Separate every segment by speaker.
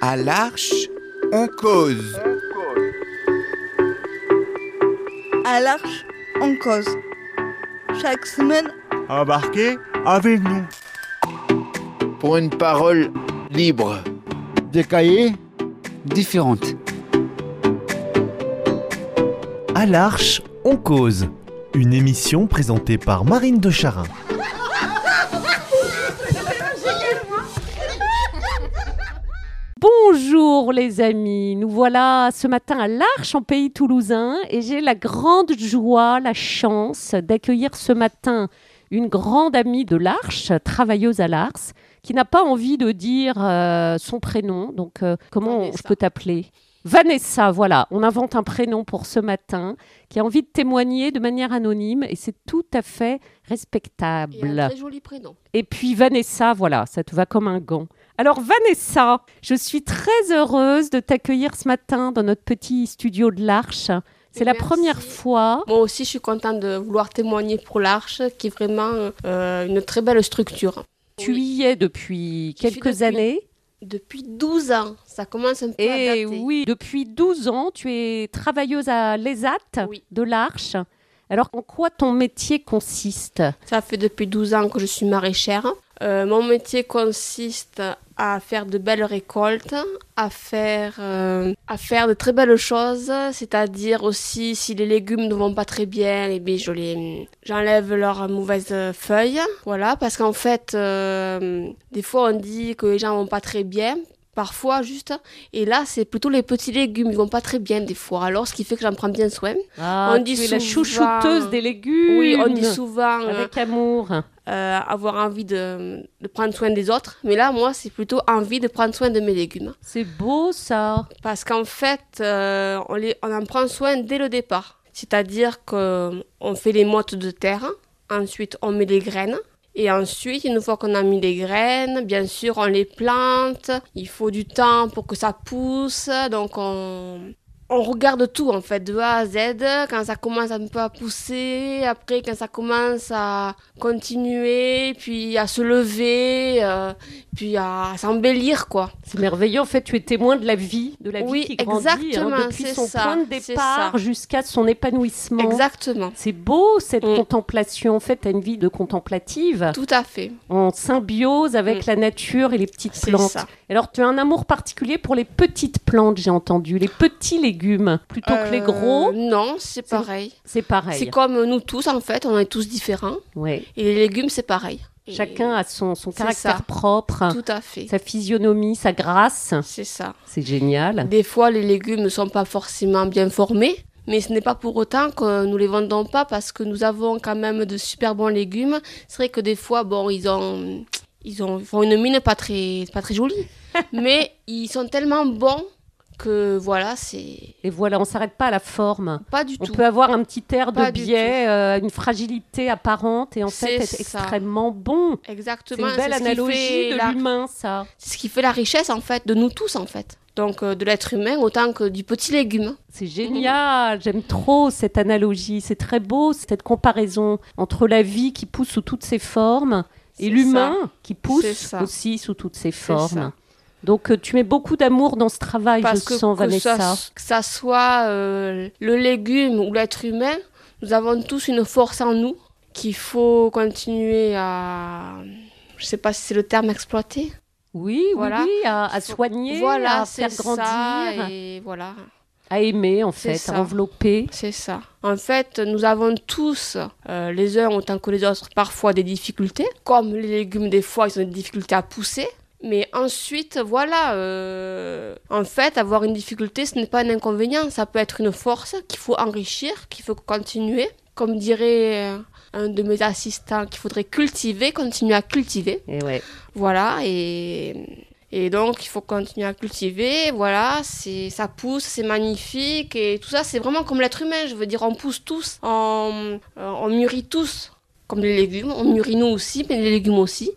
Speaker 1: À l'arche, on cause.
Speaker 2: À l'arche, on cause. Chaque semaine,
Speaker 3: Embarquez avec nous.
Speaker 4: pour une parole libre.
Speaker 5: Des cahiers
Speaker 6: différentes.
Speaker 7: À l'Arche, on cause. Une émission présentée par Marine de Charin.
Speaker 8: Bonjour les amis, nous voilà ce matin à l'Arche en pays toulousain et j'ai la grande joie, la chance d'accueillir ce matin une grande amie de l'Arche, travailleuse à l'Arche, qui n'a pas envie de dire euh, son prénom. Donc euh, comment on- je peux t'appeler Vanessa, voilà, on invente un prénom pour ce matin, qui a envie de témoigner de manière anonyme et c'est tout à fait respectable.
Speaker 9: Et un très joli prénom.
Speaker 8: Et puis Vanessa, voilà, ça te va comme un gant. Alors Vanessa, je suis très heureuse de t'accueillir ce matin dans notre petit studio de l'Arche. C'est la
Speaker 9: Merci.
Speaker 8: première fois.
Speaker 9: Moi aussi, je suis contente de vouloir témoigner pour l'Arche, qui est vraiment euh, une très belle structure.
Speaker 8: Tu y es
Speaker 9: J'y
Speaker 8: depuis
Speaker 9: suis
Speaker 8: quelques
Speaker 9: depuis.
Speaker 8: années.
Speaker 9: Depuis 12 ans, ça commence un peu à
Speaker 8: Et
Speaker 9: dater.
Speaker 8: Eh oui, depuis 12 ans, tu es travailleuse à l'ESAT
Speaker 9: Oui.
Speaker 8: de l'Arche. Alors en quoi ton métier consiste
Speaker 9: Ça fait depuis 12 ans que je suis maraîchère. Euh, mon métier consiste à faire de belles récoltes, à faire, euh, à faire de très belles choses, c'est-à-dire aussi si les légumes ne vont pas très bien, eh bien je les, j'enlève leurs mauvaises feuilles. Voilà, parce qu'en fait, euh, des fois on dit que les gens vont pas très bien. Parfois juste, et là c'est plutôt les petits légumes, ils vont pas très bien des fois, alors ce qui fait que j'en prends bien soin.
Speaker 8: Ah,
Speaker 9: On dit
Speaker 8: tu es la
Speaker 9: souvent-
Speaker 8: chouchouteuse des légumes.
Speaker 9: Oui, on dit souvent. euh,
Speaker 8: Mmh. Avec amour.
Speaker 9: euh, avoir envie de, de prendre soin des autres. Mais là, moi, c'est plutôt envie de prendre soin de mes légumes.
Speaker 8: C'est beau ça.
Speaker 9: Parce qu'en fait, euh, on, les, on en prend soin dès le départ. C'est-à-dire qu'on fait les mottes de terre, ensuite on met les graines. Et ensuite, une fois qu'on a mis les graines, bien sûr, on les plante. Il faut du temps pour que ça pousse. Donc, on, on regarde tout, en fait, de A à Z. Quand ça commence un peu à pousser, après, quand ça commence à continuer, puis à se lever, euh, puis à s'embellir, quoi.
Speaker 8: C'est merveilleux, en fait, tu es témoin de la vie, de la
Speaker 9: Oui,
Speaker 8: vie qui grandit hein,
Speaker 9: exactement,
Speaker 8: depuis
Speaker 9: c'est
Speaker 8: son
Speaker 9: ça,
Speaker 8: point de
Speaker 9: c'est
Speaker 8: départ
Speaker 9: ça.
Speaker 8: jusqu'à son épanouissement.
Speaker 9: Exactement.
Speaker 8: C'est beau cette
Speaker 9: Mm.
Speaker 8: contemplation, en fait, tu as une vie de contemplative
Speaker 9: Tout à fait.
Speaker 8: en symbiose avec
Speaker 9: Mm.
Speaker 8: la nature et les petites
Speaker 9: C'est
Speaker 8: plantes.
Speaker 9: ça.
Speaker 8: Alors tu as un amour particulier pour les petites plantes, j'ai entendu, les petits légumes plutôt que les
Speaker 9: Euh,
Speaker 8: gros,
Speaker 9: Non, c'est pareil.
Speaker 8: c'est
Speaker 9: C'est
Speaker 8: pareil.
Speaker 9: comme nous tous en fait, on est tous différents.
Speaker 8: Ouais.
Speaker 9: Et les légumes, c'est pareil. Et-
Speaker 8: Chacun a son, son
Speaker 9: C'est
Speaker 8: caractère
Speaker 9: ça.
Speaker 8: propre,
Speaker 9: Tout à fait.
Speaker 8: sa physionomie, sa grâce.
Speaker 9: C'est ça.
Speaker 8: C'est génial.
Speaker 9: Des fois, les légumes ne sont pas forcément bien formés, mais ce n'est pas pour autant que nous les vendons pas parce que nous avons quand même de super bons légumes. C'est vrai que des fois, bon, ils ont, ils ont, ils font une mine pas très, pas très jolie, mais ils sont tellement bons que voilà, c'est
Speaker 8: Et voilà, on s'arrête pas à la forme.
Speaker 9: pas du
Speaker 8: On
Speaker 9: tout.
Speaker 8: peut avoir un petit air de
Speaker 9: Pas du
Speaker 8: biais, euh, une fragilité apparente et en fait
Speaker 9: C'est
Speaker 8: être
Speaker 9: ça.
Speaker 8: extrêmement bon. C'est
Speaker 9: Exactement.
Speaker 8: une belle
Speaker 9: c'est ce qui fait
Speaker 8: analogie de
Speaker 9: la-
Speaker 8: l'humain, ça.
Speaker 9: C'est ce qui fait la richesse en fait de nous tous en fait. Donc euh, de l'être humain autant que du petit légume.
Speaker 8: C'est génial, j'aime trop cette analogie, c'est très beau cette comparaison entre la vie qui pousse sous toutes ses formes et
Speaker 9: C'est
Speaker 8: l'humain qui
Speaker 9: C'est
Speaker 8: pousse
Speaker 9: ça.
Speaker 8: aussi sous toutes ses
Speaker 9: ça.
Speaker 8: formes. Donc euh, tu mets beaucoup d'amour dans ce travail,
Speaker 9: Parce
Speaker 8: je
Speaker 9: que
Speaker 8: sens
Speaker 9: que
Speaker 8: Vanessa.
Speaker 9: ça, que ça soit euh, le légume ou l'être humain, nous avons tous une force en nous qu'il faut continuer à... Je sais pas si c'est le terme exploiter.
Speaker 8: Oui, oui,
Speaker 9: Voilà.
Speaker 8: oui, à, à
Speaker 9: Faut-
Speaker 8: soigner, à
Speaker 9: voilà, c'est
Speaker 8: faire
Speaker 9: ça.
Speaker 8: grandir,
Speaker 9: Et voilà,
Speaker 8: à aimer en
Speaker 9: C'est
Speaker 8: fait, à
Speaker 9: ça.
Speaker 8: envelopper.
Speaker 9: c'est ça. En fait, nous avons tous, euh, les uns autant que les autres, parfois des difficultés. Comme les légumes, des fois, ils ont des difficultés à pousser. Mais ensuite, voilà, euh, en fait, avoir une difficulté, ce n'est pas un inconvénient, ça peut être une force qu'il faut enrichir, qu'il faut continuer. Comme dirait euh, un de mes assistants, qu'il faudrait cultiver, continuer à cultiver.
Speaker 8: Et ouais.
Speaker 9: Voilà, et, et donc il faut continuer à cultiver, voilà, c'est ça pousse, c'est magnifique, et tout ça, c'est vraiment comme l'être humain, je veux dire, on pousse tous, on, euh, on mûrit tous, comme les légumes, on mûrit nous aussi, mais les légumes aussi,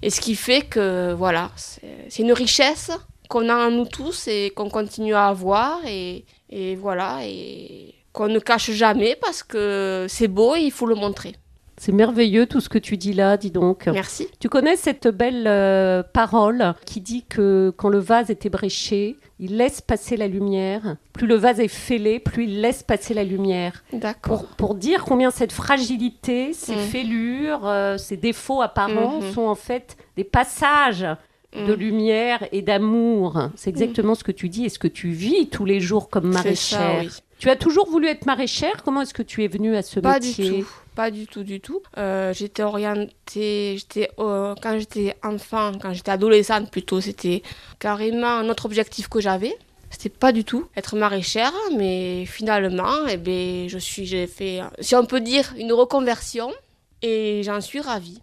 Speaker 9: et ce qui fait que, voilà, c'est c'est une richesse qu'on a en nous tous et qu'on continue à avoir, et, et voilà, et qu'on ne cache jamais parce que c'est beau et il faut le montrer.
Speaker 8: C'est merveilleux tout ce que tu dis là, dis donc.
Speaker 9: Merci.
Speaker 8: Tu connais cette belle euh, parole qui dit que quand le vase est ébréché, il laisse passer la lumière. Plus le vase est fêlé, plus il laisse passer la lumière.
Speaker 9: D'accord.
Speaker 8: Pour, pour dire combien cette fragilité, ces
Speaker 9: Mm.
Speaker 8: fêlures, euh, ces défauts apparents
Speaker 9: Mhm.
Speaker 8: sont en fait des passages de
Speaker 9: Mm.
Speaker 8: lumière et d'amour. C'est exactement ce que tu dis et ce que tu vis tous les jours comme
Speaker 9: C'est
Speaker 8: maraîchère.
Speaker 9: ça, oui.
Speaker 8: Tu as toujours voulu être maraîchère Comment est-ce que tu es venue à ce
Speaker 9: Pas du
Speaker 8: métier
Speaker 9: tout. Pas du tout, du tout. Euh, j'étais orientée, j'étais, euh, quand j'étais enfant, quand j'étais adolescente plutôt, c'était carrément un autre objectif que j'avais. C'était pas du tout être maraîchère, mais finalement, eh ben, je suis, j'ai fait, euh, si on peut dire, une reconversion et j'en suis ravie.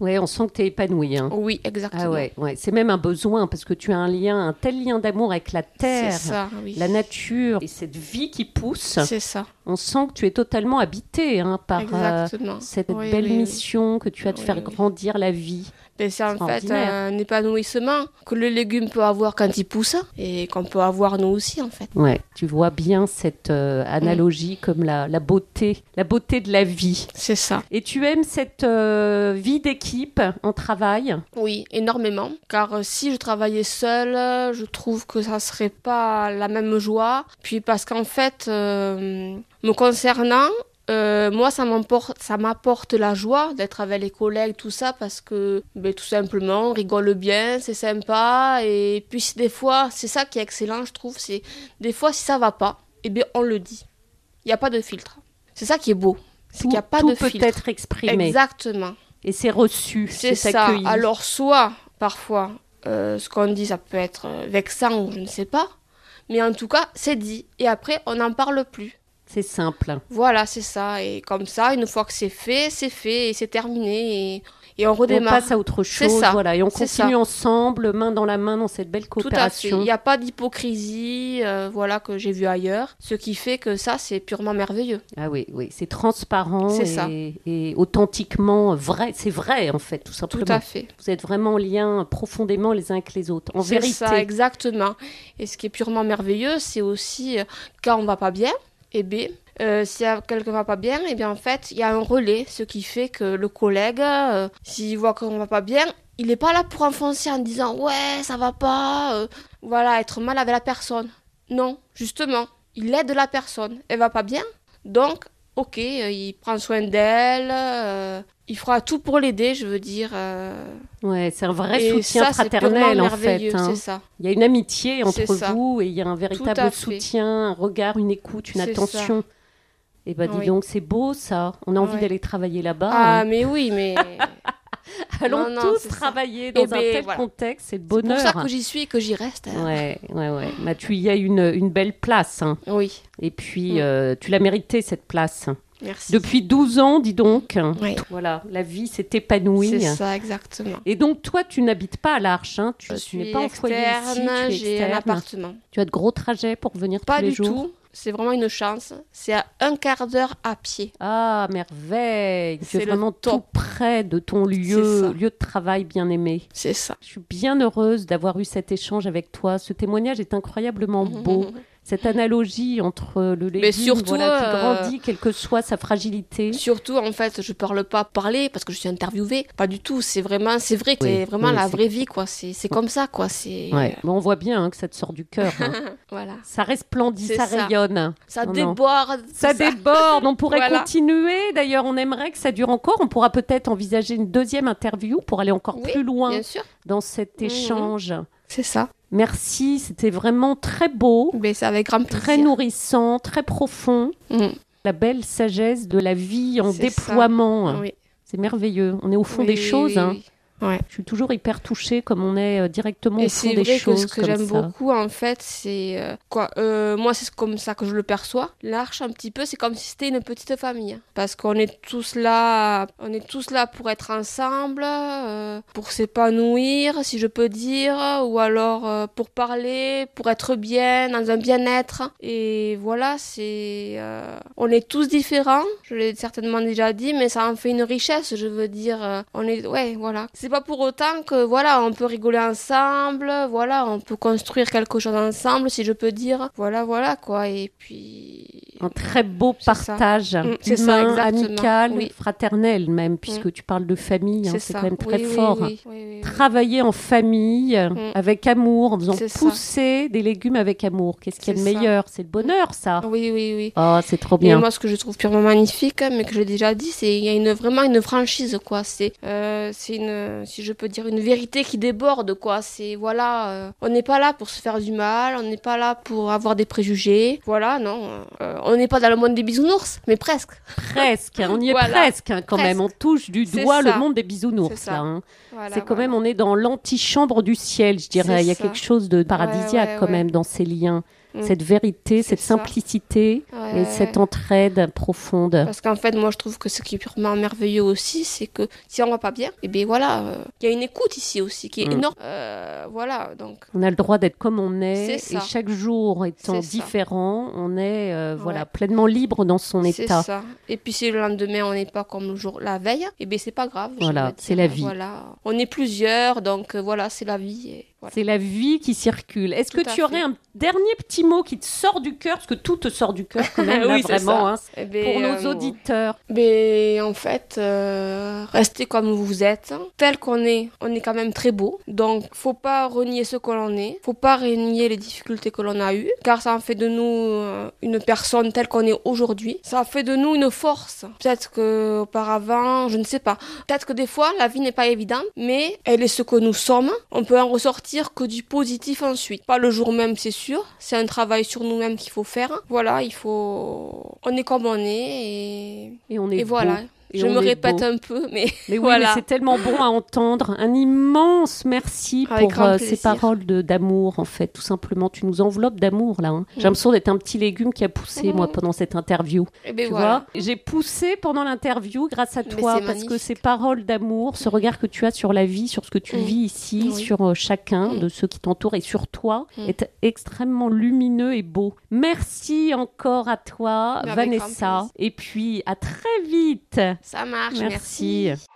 Speaker 8: Ouais, on sent que tu es épanouie. hein.
Speaker 9: Oui, exactement.
Speaker 8: Ah ouais, ouais. c'est même un besoin parce que tu as un lien, un tel lien d'amour avec la
Speaker 9: C'est
Speaker 8: terre,
Speaker 9: ça, oui.
Speaker 8: la nature et cette vie qui pousse.
Speaker 9: C'est ça,
Speaker 8: On sent que tu es totalement habitée hein, par euh,
Speaker 9: exactement.
Speaker 8: cette
Speaker 9: Oui,
Speaker 8: belle
Speaker 9: oui, oui.
Speaker 8: mission que tu as de
Speaker 9: Oui,
Speaker 8: faire
Speaker 9: oui.
Speaker 8: grandir la vie.
Speaker 9: Ben, c'est en fait
Speaker 8: Extraordinaire.
Speaker 9: un épanouissement que le légume peut avoir quand il pousse et qu'on peut avoir nous aussi en fait.
Speaker 8: Ouais, tu vois bien cette euh, analogie comme la, la beauté, la beauté de la vie.
Speaker 9: C'est ça.
Speaker 8: Et tu aimes cette euh, vie d'équipe en travail
Speaker 9: Oui, énormément. Car euh, si je travaillais seule, euh, je trouve que ça serait pas la même joie. Puis parce qu'en fait, euh, me concernant, euh, moi, ça m'emporte, ça m'apporte la joie d'être avec les collègues, tout ça, parce que, ben, tout simplement, on rigole bien, c'est sympa. Et puis si des fois, c'est ça qui est excellent, je trouve. C'est des fois si ça va pas, eh bien on le dit. Il n'y a pas de filtre. C'est ça qui est beau, c'est
Speaker 8: Tout-
Speaker 9: qu'il n'y a pas
Speaker 8: tout
Speaker 9: de
Speaker 8: peut
Speaker 9: filtre.
Speaker 8: être exprimé
Speaker 9: Exactement.
Speaker 8: et c'est reçu,
Speaker 9: C'est
Speaker 8: c'est
Speaker 9: ça.
Speaker 8: accueilli.
Speaker 9: Alors, soit, parfois, euh, ce qu'on dit, ça peut être euh, vexant ou je ne sais pas. Mais en tout cas, c'est dit. Et après, on n'en parle plus.
Speaker 8: C'est simple.
Speaker 9: Voilà, c'est ça. Et comme ça, une fois que c'est fait, c'est fait et c'est terminé. Et, et on
Speaker 8: On
Speaker 9: redémarre.
Speaker 8: passe à autre
Speaker 9: C'est
Speaker 8: chose,
Speaker 9: ça.
Speaker 8: voilà, et on
Speaker 9: C'est
Speaker 8: continue
Speaker 9: ça.
Speaker 8: ensemble, main dans la main, dans cette belle
Speaker 9: tout à fait. Il
Speaker 8: coopération.
Speaker 9: n'y a pas d'hypocrisie, euh, voilà, que j'ai vu ailleurs. Ce qui fait que ça, c'est purement merveilleux.
Speaker 8: Ah oui, oui, c'est transparent
Speaker 9: C'est
Speaker 8: et,
Speaker 9: ça.
Speaker 8: et authentiquement vrai. C'est vrai en fait, tout
Speaker 9: Tout
Speaker 8: simplement.
Speaker 9: à fait.
Speaker 8: Vous êtes vraiment en lien profondément les uns avec les autres, en
Speaker 9: C'est
Speaker 8: vérité.
Speaker 9: ça, exactement. Et ce qui est purement merveilleux, c'est aussi euh, quand on va pas bien, et B, euh, si euh, quelqu'un va pas bien, et bien en fait, il y a un relais, ce qui fait que le collègue, euh, s'il voit qu'on va pas bien, il n'est pas là pour enfoncer en disant ouais, ça va pas, euh, voilà, être mal avec la personne. Non, justement, il aide la personne. Elle va pas bien, donc ok, euh, il prend soin d'elle, euh, il fera tout pour l'aider, je veux dire. euh,
Speaker 8: Ouais, c'est un vrai
Speaker 9: et
Speaker 8: soutien
Speaker 9: ça, c'est purement
Speaker 8: fraternel en fait.
Speaker 9: merveilleux,
Speaker 8: hein.
Speaker 9: c'est ça.
Speaker 8: Il y a une amitié entre
Speaker 9: C'est ça.
Speaker 8: vous et il y a un véritable
Speaker 9: fait.
Speaker 8: soutien, un regard, une écoute, une
Speaker 9: C'est
Speaker 8: attention. Et eh ben dis
Speaker 9: Oui.
Speaker 8: donc, c'est beau ça. On a envie
Speaker 9: Ouais.
Speaker 8: d'aller travailler là-bas.
Speaker 9: Ah, mais oui, mais. non,
Speaker 8: Allons
Speaker 9: non,
Speaker 8: tous
Speaker 9: c'est ça.
Speaker 8: travailler dans
Speaker 9: Eh
Speaker 8: un
Speaker 9: ben,
Speaker 8: tel
Speaker 9: voilà.
Speaker 8: contexte, c'est le
Speaker 9: c'est pour
Speaker 8: bonheur.
Speaker 9: ça que j'y suis et que j'y reste. hein.
Speaker 8: Ouais, ouais, ouais. Bah, tu y as une, une belle place. hein.
Speaker 9: Oui,
Speaker 8: Et puis,
Speaker 9: Mm.
Speaker 8: euh, tu l'as méritée, cette place.
Speaker 9: merci.
Speaker 8: Depuis 12 ans, dis donc.
Speaker 9: Oui.
Speaker 8: Voilà, la vie s'est épanouie.
Speaker 9: C'est ça, exactement.
Speaker 8: Et donc, toi, tu n'habites pas à l'Arche. hein. Tu,
Speaker 9: Je
Speaker 8: tu n'es
Speaker 9: suis
Speaker 8: pas en foyer ici, tu
Speaker 9: externe,
Speaker 8: es
Speaker 9: j'ai un
Speaker 8: externe.
Speaker 9: appartement.
Speaker 8: Tu as de gros trajets pour venir
Speaker 9: Pas
Speaker 8: tous les
Speaker 9: du
Speaker 8: jours.
Speaker 9: tout. C'est vraiment une chance. C'est à un quart d'heure à pied.
Speaker 8: Ah, merveille Tu
Speaker 9: C'est
Speaker 8: es
Speaker 9: le
Speaker 8: vraiment tout
Speaker 9: top.
Speaker 8: près de ton
Speaker 9: C'est ça.
Speaker 8: lieu, lieu de travail bien aimé.
Speaker 9: C'est ça.
Speaker 8: Je suis bien heureuse d'avoir eu cet échange avec toi. Ce témoignage est incroyablement
Speaker 9: Mm,
Speaker 8: beau. Cette analogie entre le légume
Speaker 9: surtout,
Speaker 8: voilà, qui
Speaker 9: euh,
Speaker 8: grandit, quelle que soit sa fragilité.
Speaker 9: Surtout, en fait, je parle pas parler parce que je suis interviewée. Pas du tout. C'est vraiment, c'est vrai que
Speaker 8: Oui,
Speaker 9: c'est vraiment
Speaker 8: oui,
Speaker 9: la
Speaker 8: c'est-
Speaker 9: vraie vie, quoi. C'est c'est comme ça, quoi. C'est.
Speaker 8: Ouais. Mais on voit bien hein, que ça te sort du cœur. hein.
Speaker 9: Voilà.
Speaker 8: ça resplendit,
Speaker 9: C'est
Speaker 8: ça,
Speaker 9: ça.
Speaker 8: rayonne.
Speaker 9: Ça
Speaker 8: Non, non.
Speaker 9: déborde.
Speaker 8: Ça déborde, on pourrait
Speaker 9: Voilà.
Speaker 8: continuer. D'ailleurs, on aimerait que ça dure encore. On pourra peut-être envisager une deuxième interview pour aller encore
Speaker 9: Oui,
Speaker 8: plus loin
Speaker 9: Bien sûr.
Speaker 8: dans cet
Speaker 9: Mhm.
Speaker 8: échange.
Speaker 9: C'est ça.
Speaker 8: Merci, c'était vraiment très beau,
Speaker 9: Mais c'est avec grand plaisir.
Speaker 8: très nourrissant, très profond.
Speaker 9: Mhm.
Speaker 8: La belle sagesse de la vie en
Speaker 9: C'est ça.
Speaker 8: déploiement.
Speaker 9: Oui.
Speaker 8: C'est merveilleux. On est au fond
Speaker 9: Oui,
Speaker 8: des
Speaker 9: oui,
Speaker 8: choses.
Speaker 9: oui,
Speaker 8: hein.
Speaker 9: oui. Ouais.
Speaker 8: Je suis toujours hyper touchée comme on est euh, directement
Speaker 9: Et
Speaker 8: au fond
Speaker 9: c'est
Speaker 8: des
Speaker 9: vrai que
Speaker 8: choses.
Speaker 9: ce que
Speaker 8: comme
Speaker 9: j'aime
Speaker 8: ça.
Speaker 9: beaucoup, en fait, c'est. euh, quoi euh, Moi, c'est comme ça que je le perçois. L'arche, un petit peu, c'est comme si c'était une petite famille. Parce qu'on est tous là. On est tous là pour être ensemble, euh, pour s'épanouir, si je peux dire, ou alors euh, pour parler, pour être bien, dans un bien-être. Et voilà, c'est. euh, on est tous différents. Je l'ai certainement déjà dit, mais ça en fait une richesse, je veux dire. euh, On est. Ouais, voilà. C'est pas pour autant que, voilà, on peut rigoler ensemble, voilà, on peut construire quelque chose ensemble, si je peux dire. Voilà, voilà, quoi. Et puis.
Speaker 8: un très beau
Speaker 9: C'est ça.
Speaker 8: partage
Speaker 9: Mm, c'est ça,
Speaker 8: humain,
Speaker 9: exactement.
Speaker 8: amical,
Speaker 9: Oui. Mm.
Speaker 8: fraternel même, puisque tu parles de famille, hein, c'est
Speaker 9: ça.
Speaker 8: quand même très
Speaker 9: Oui, oui,
Speaker 8: fort. hein.
Speaker 9: oui, oui, oui, oui.
Speaker 8: Travailler en famille, euh,
Speaker 9: Mm.
Speaker 8: avec amour, en faisant
Speaker 9: C'est ça.
Speaker 8: pousser des légumes avec amour. Qu'est-ce qu'il y a de
Speaker 9: C'est ça.
Speaker 8: meilleur C'est le bonheur, ça.
Speaker 9: Oui, oui, oui.
Speaker 8: Oh, c'est trop
Speaker 9: Et
Speaker 8: bien.
Speaker 9: moi, ce que je trouve purement magnifique, hein, mais que j'ai déjà dit, c'est il y a une, vraiment une franchise, quoi. C'est, euh, c'est une, si je peux dire, une vérité qui déborde, quoi. C'est, voilà, euh, on n'est pas là pour se faire du mal, on n'est pas là pour avoir des préjugés. Voilà, non. euh, on n'est pas dans le monde des bisounours, mais presque.
Speaker 8: Presque, on y est
Speaker 9: Voilà.
Speaker 8: presque hein, quand
Speaker 9: Presque.
Speaker 8: même. On touche du
Speaker 9: C'est
Speaker 8: doigt le
Speaker 9: ça.
Speaker 8: monde des bisounours.
Speaker 9: C'est ça.
Speaker 8: là, hein.
Speaker 9: Voilà,
Speaker 8: c'est quand
Speaker 9: voilà.
Speaker 8: même, on est dans l'antichambre du ciel, je dirais.
Speaker 9: C'est
Speaker 8: Il y a
Speaker 9: ça.
Speaker 8: quelque chose de paradisiaque
Speaker 9: ouais,
Speaker 8: quand
Speaker 9: ouais.
Speaker 8: même dans ces liens.
Speaker 9: Mm.
Speaker 8: Cette vérité,
Speaker 9: C'est
Speaker 8: cette
Speaker 9: ça.
Speaker 8: simplicité
Speaker 9: Ouais,
Speaker 8: et
Speaker 9: ouais.
Speaker 8: cette entraide profonde.
Speaker 9: Parce qu'en fait, moi, je trouve que ce qui est purement merveilleux aussi, c'est que si on va pas bien, et bien voilà, euh, il y a une écoute ici aussi qui est
Speaker 8: Mm.
Speaker 9: énorme. Euh, voilà, donc.
Speaker 8: On a le droit d'être comme on
Speaker 9: C'est
Speaker 8: est, et
Speaker 9: ça.
Speaker 8: chaque jour étant
Speaker 9: C'est ça.
Speaker 8: différent, on est euh, voilà
Speaker 9: Ouais.
Speaker 8: pleinement libre dans son
Speaker 9: C'est
Speaker 8: état.
Speaker 9: ça. Et puis si le lendemain on n'est pas comme le jour la veille, et ben c'est pas grave. j'ai
Speaker 8: Voilà,
Speaker 9: envie de
Speaker 8: c'est
Speaker 9: dire.
Speaker 8: la vie.
Speaker 9: Voilà, on est plusieurs, donc euh, voilà, c'est la vie. et voilà.
Speaker 8: C'est la vie qui circule. Est-ce
Speaker 9: Tout
Speaker 8: que
Speaker 9: à
Speaker 8: tu aurais
Speaker 9: fait.
Speaker 8: un dernier petit mot qui te sort du cœur, parce que tout te sort du cœur quand même, là,
Speaker 9: Oui, c'est
Speaker 8: vraiment,
Speaker 9: ça.
Speaker 8: hein.
Speaker 9: Eh ben,
Speaker 8: pour
Speaker 9: euh,
Speaker 8: nos auditeurs.
Speaker 9: Ben en fait, euh, restez comme vous êtes, tel qu'on est. On est quand même très beau, donc faut pas renier ce que l'on est, faut pas renier les difficultés que l'on a eues, car ça en fait de nous euh, une personne telle qu'on est aujourd'hui. Ça fait de nous une force. Peut-être que auparavant, je ne sais pas. Peut-être que des fois, la vie n'est pas évidente, mais elle est ce que nous sommes. On peut en ressortir que du positif ensuite. Pas le jour même, c'est sûr. C'est un travail sur nous-mêmes qu'il faut faire. Voilà, il faut. On est comme on est et,
Speaker 8: Et on est
Speaker 9: et voilà.
Speaker 8: beau. Et
Speaker 9: Je
Speaker 8: on
Speaker 9: me
Speaker 8: est
Speaker 9: répète
Speaker 8: beau.
Speaker 9: un peu, mais
Speaker 8: Mais oui,
Speaker 9: Voilà.
Speaker 8: mais c'est tellement bon à entendre. Un immense merci
Speaker 9: Avec
Speaker 8: pour euh,
Speaker 9: grand
Speaker 8: ces
Speaker 9: plaisir.
Speaker 8: paroles de- d'amour, en fait, tout simplement. Tu nous enveloppes d'amour, là. hein. J'ai l'impression d'être un petit légume qui a poussé,
Speaker 9: Mhm.
Speaker 8: moi, pendant cette interview.
Speaker 9: et ben
Speaker 8: Tu
Speaker 9: voilà.
Speaker 8: vois J'ai poussé pendant l'interview grâce à
Speaker 9: Mais
Speaker 8: toi,
Speaker 9: c'est
Speaker 8: parce que
Speaker 9: magnifique.
Speaker 8: ces paroles d'amour, ce regard que tu as sur la vie, sur ce que tu
Speaker 9: Mhm.
Speaker 8: vis ici,
Speaker 9: Oui.
Speaker 8: sur euh, chacun
Speaker 9: Mhm.
Speaker 8: de ceux qui t'entourent et sur toi,
Speaker 9: Mhm.
Speaker 8: est extrêmement lumineux et beau. Merci encore à toi,
Speaker 9: Mais avec grand
Speaker 8: Vanessa.
Speaker 9: plaisir.
Speaker 8: Et puis, à très vite.
Speaker 9: Ça marche.
Speaker 8: Merci.
Speaker 9: merci.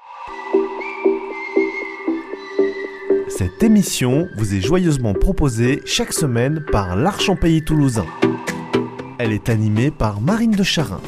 Speaker 7: Cette émission vous est joyeusement proposée chaque semaine par l'Arche en Pays Toulousain. Elle est animée par Marine de Charin.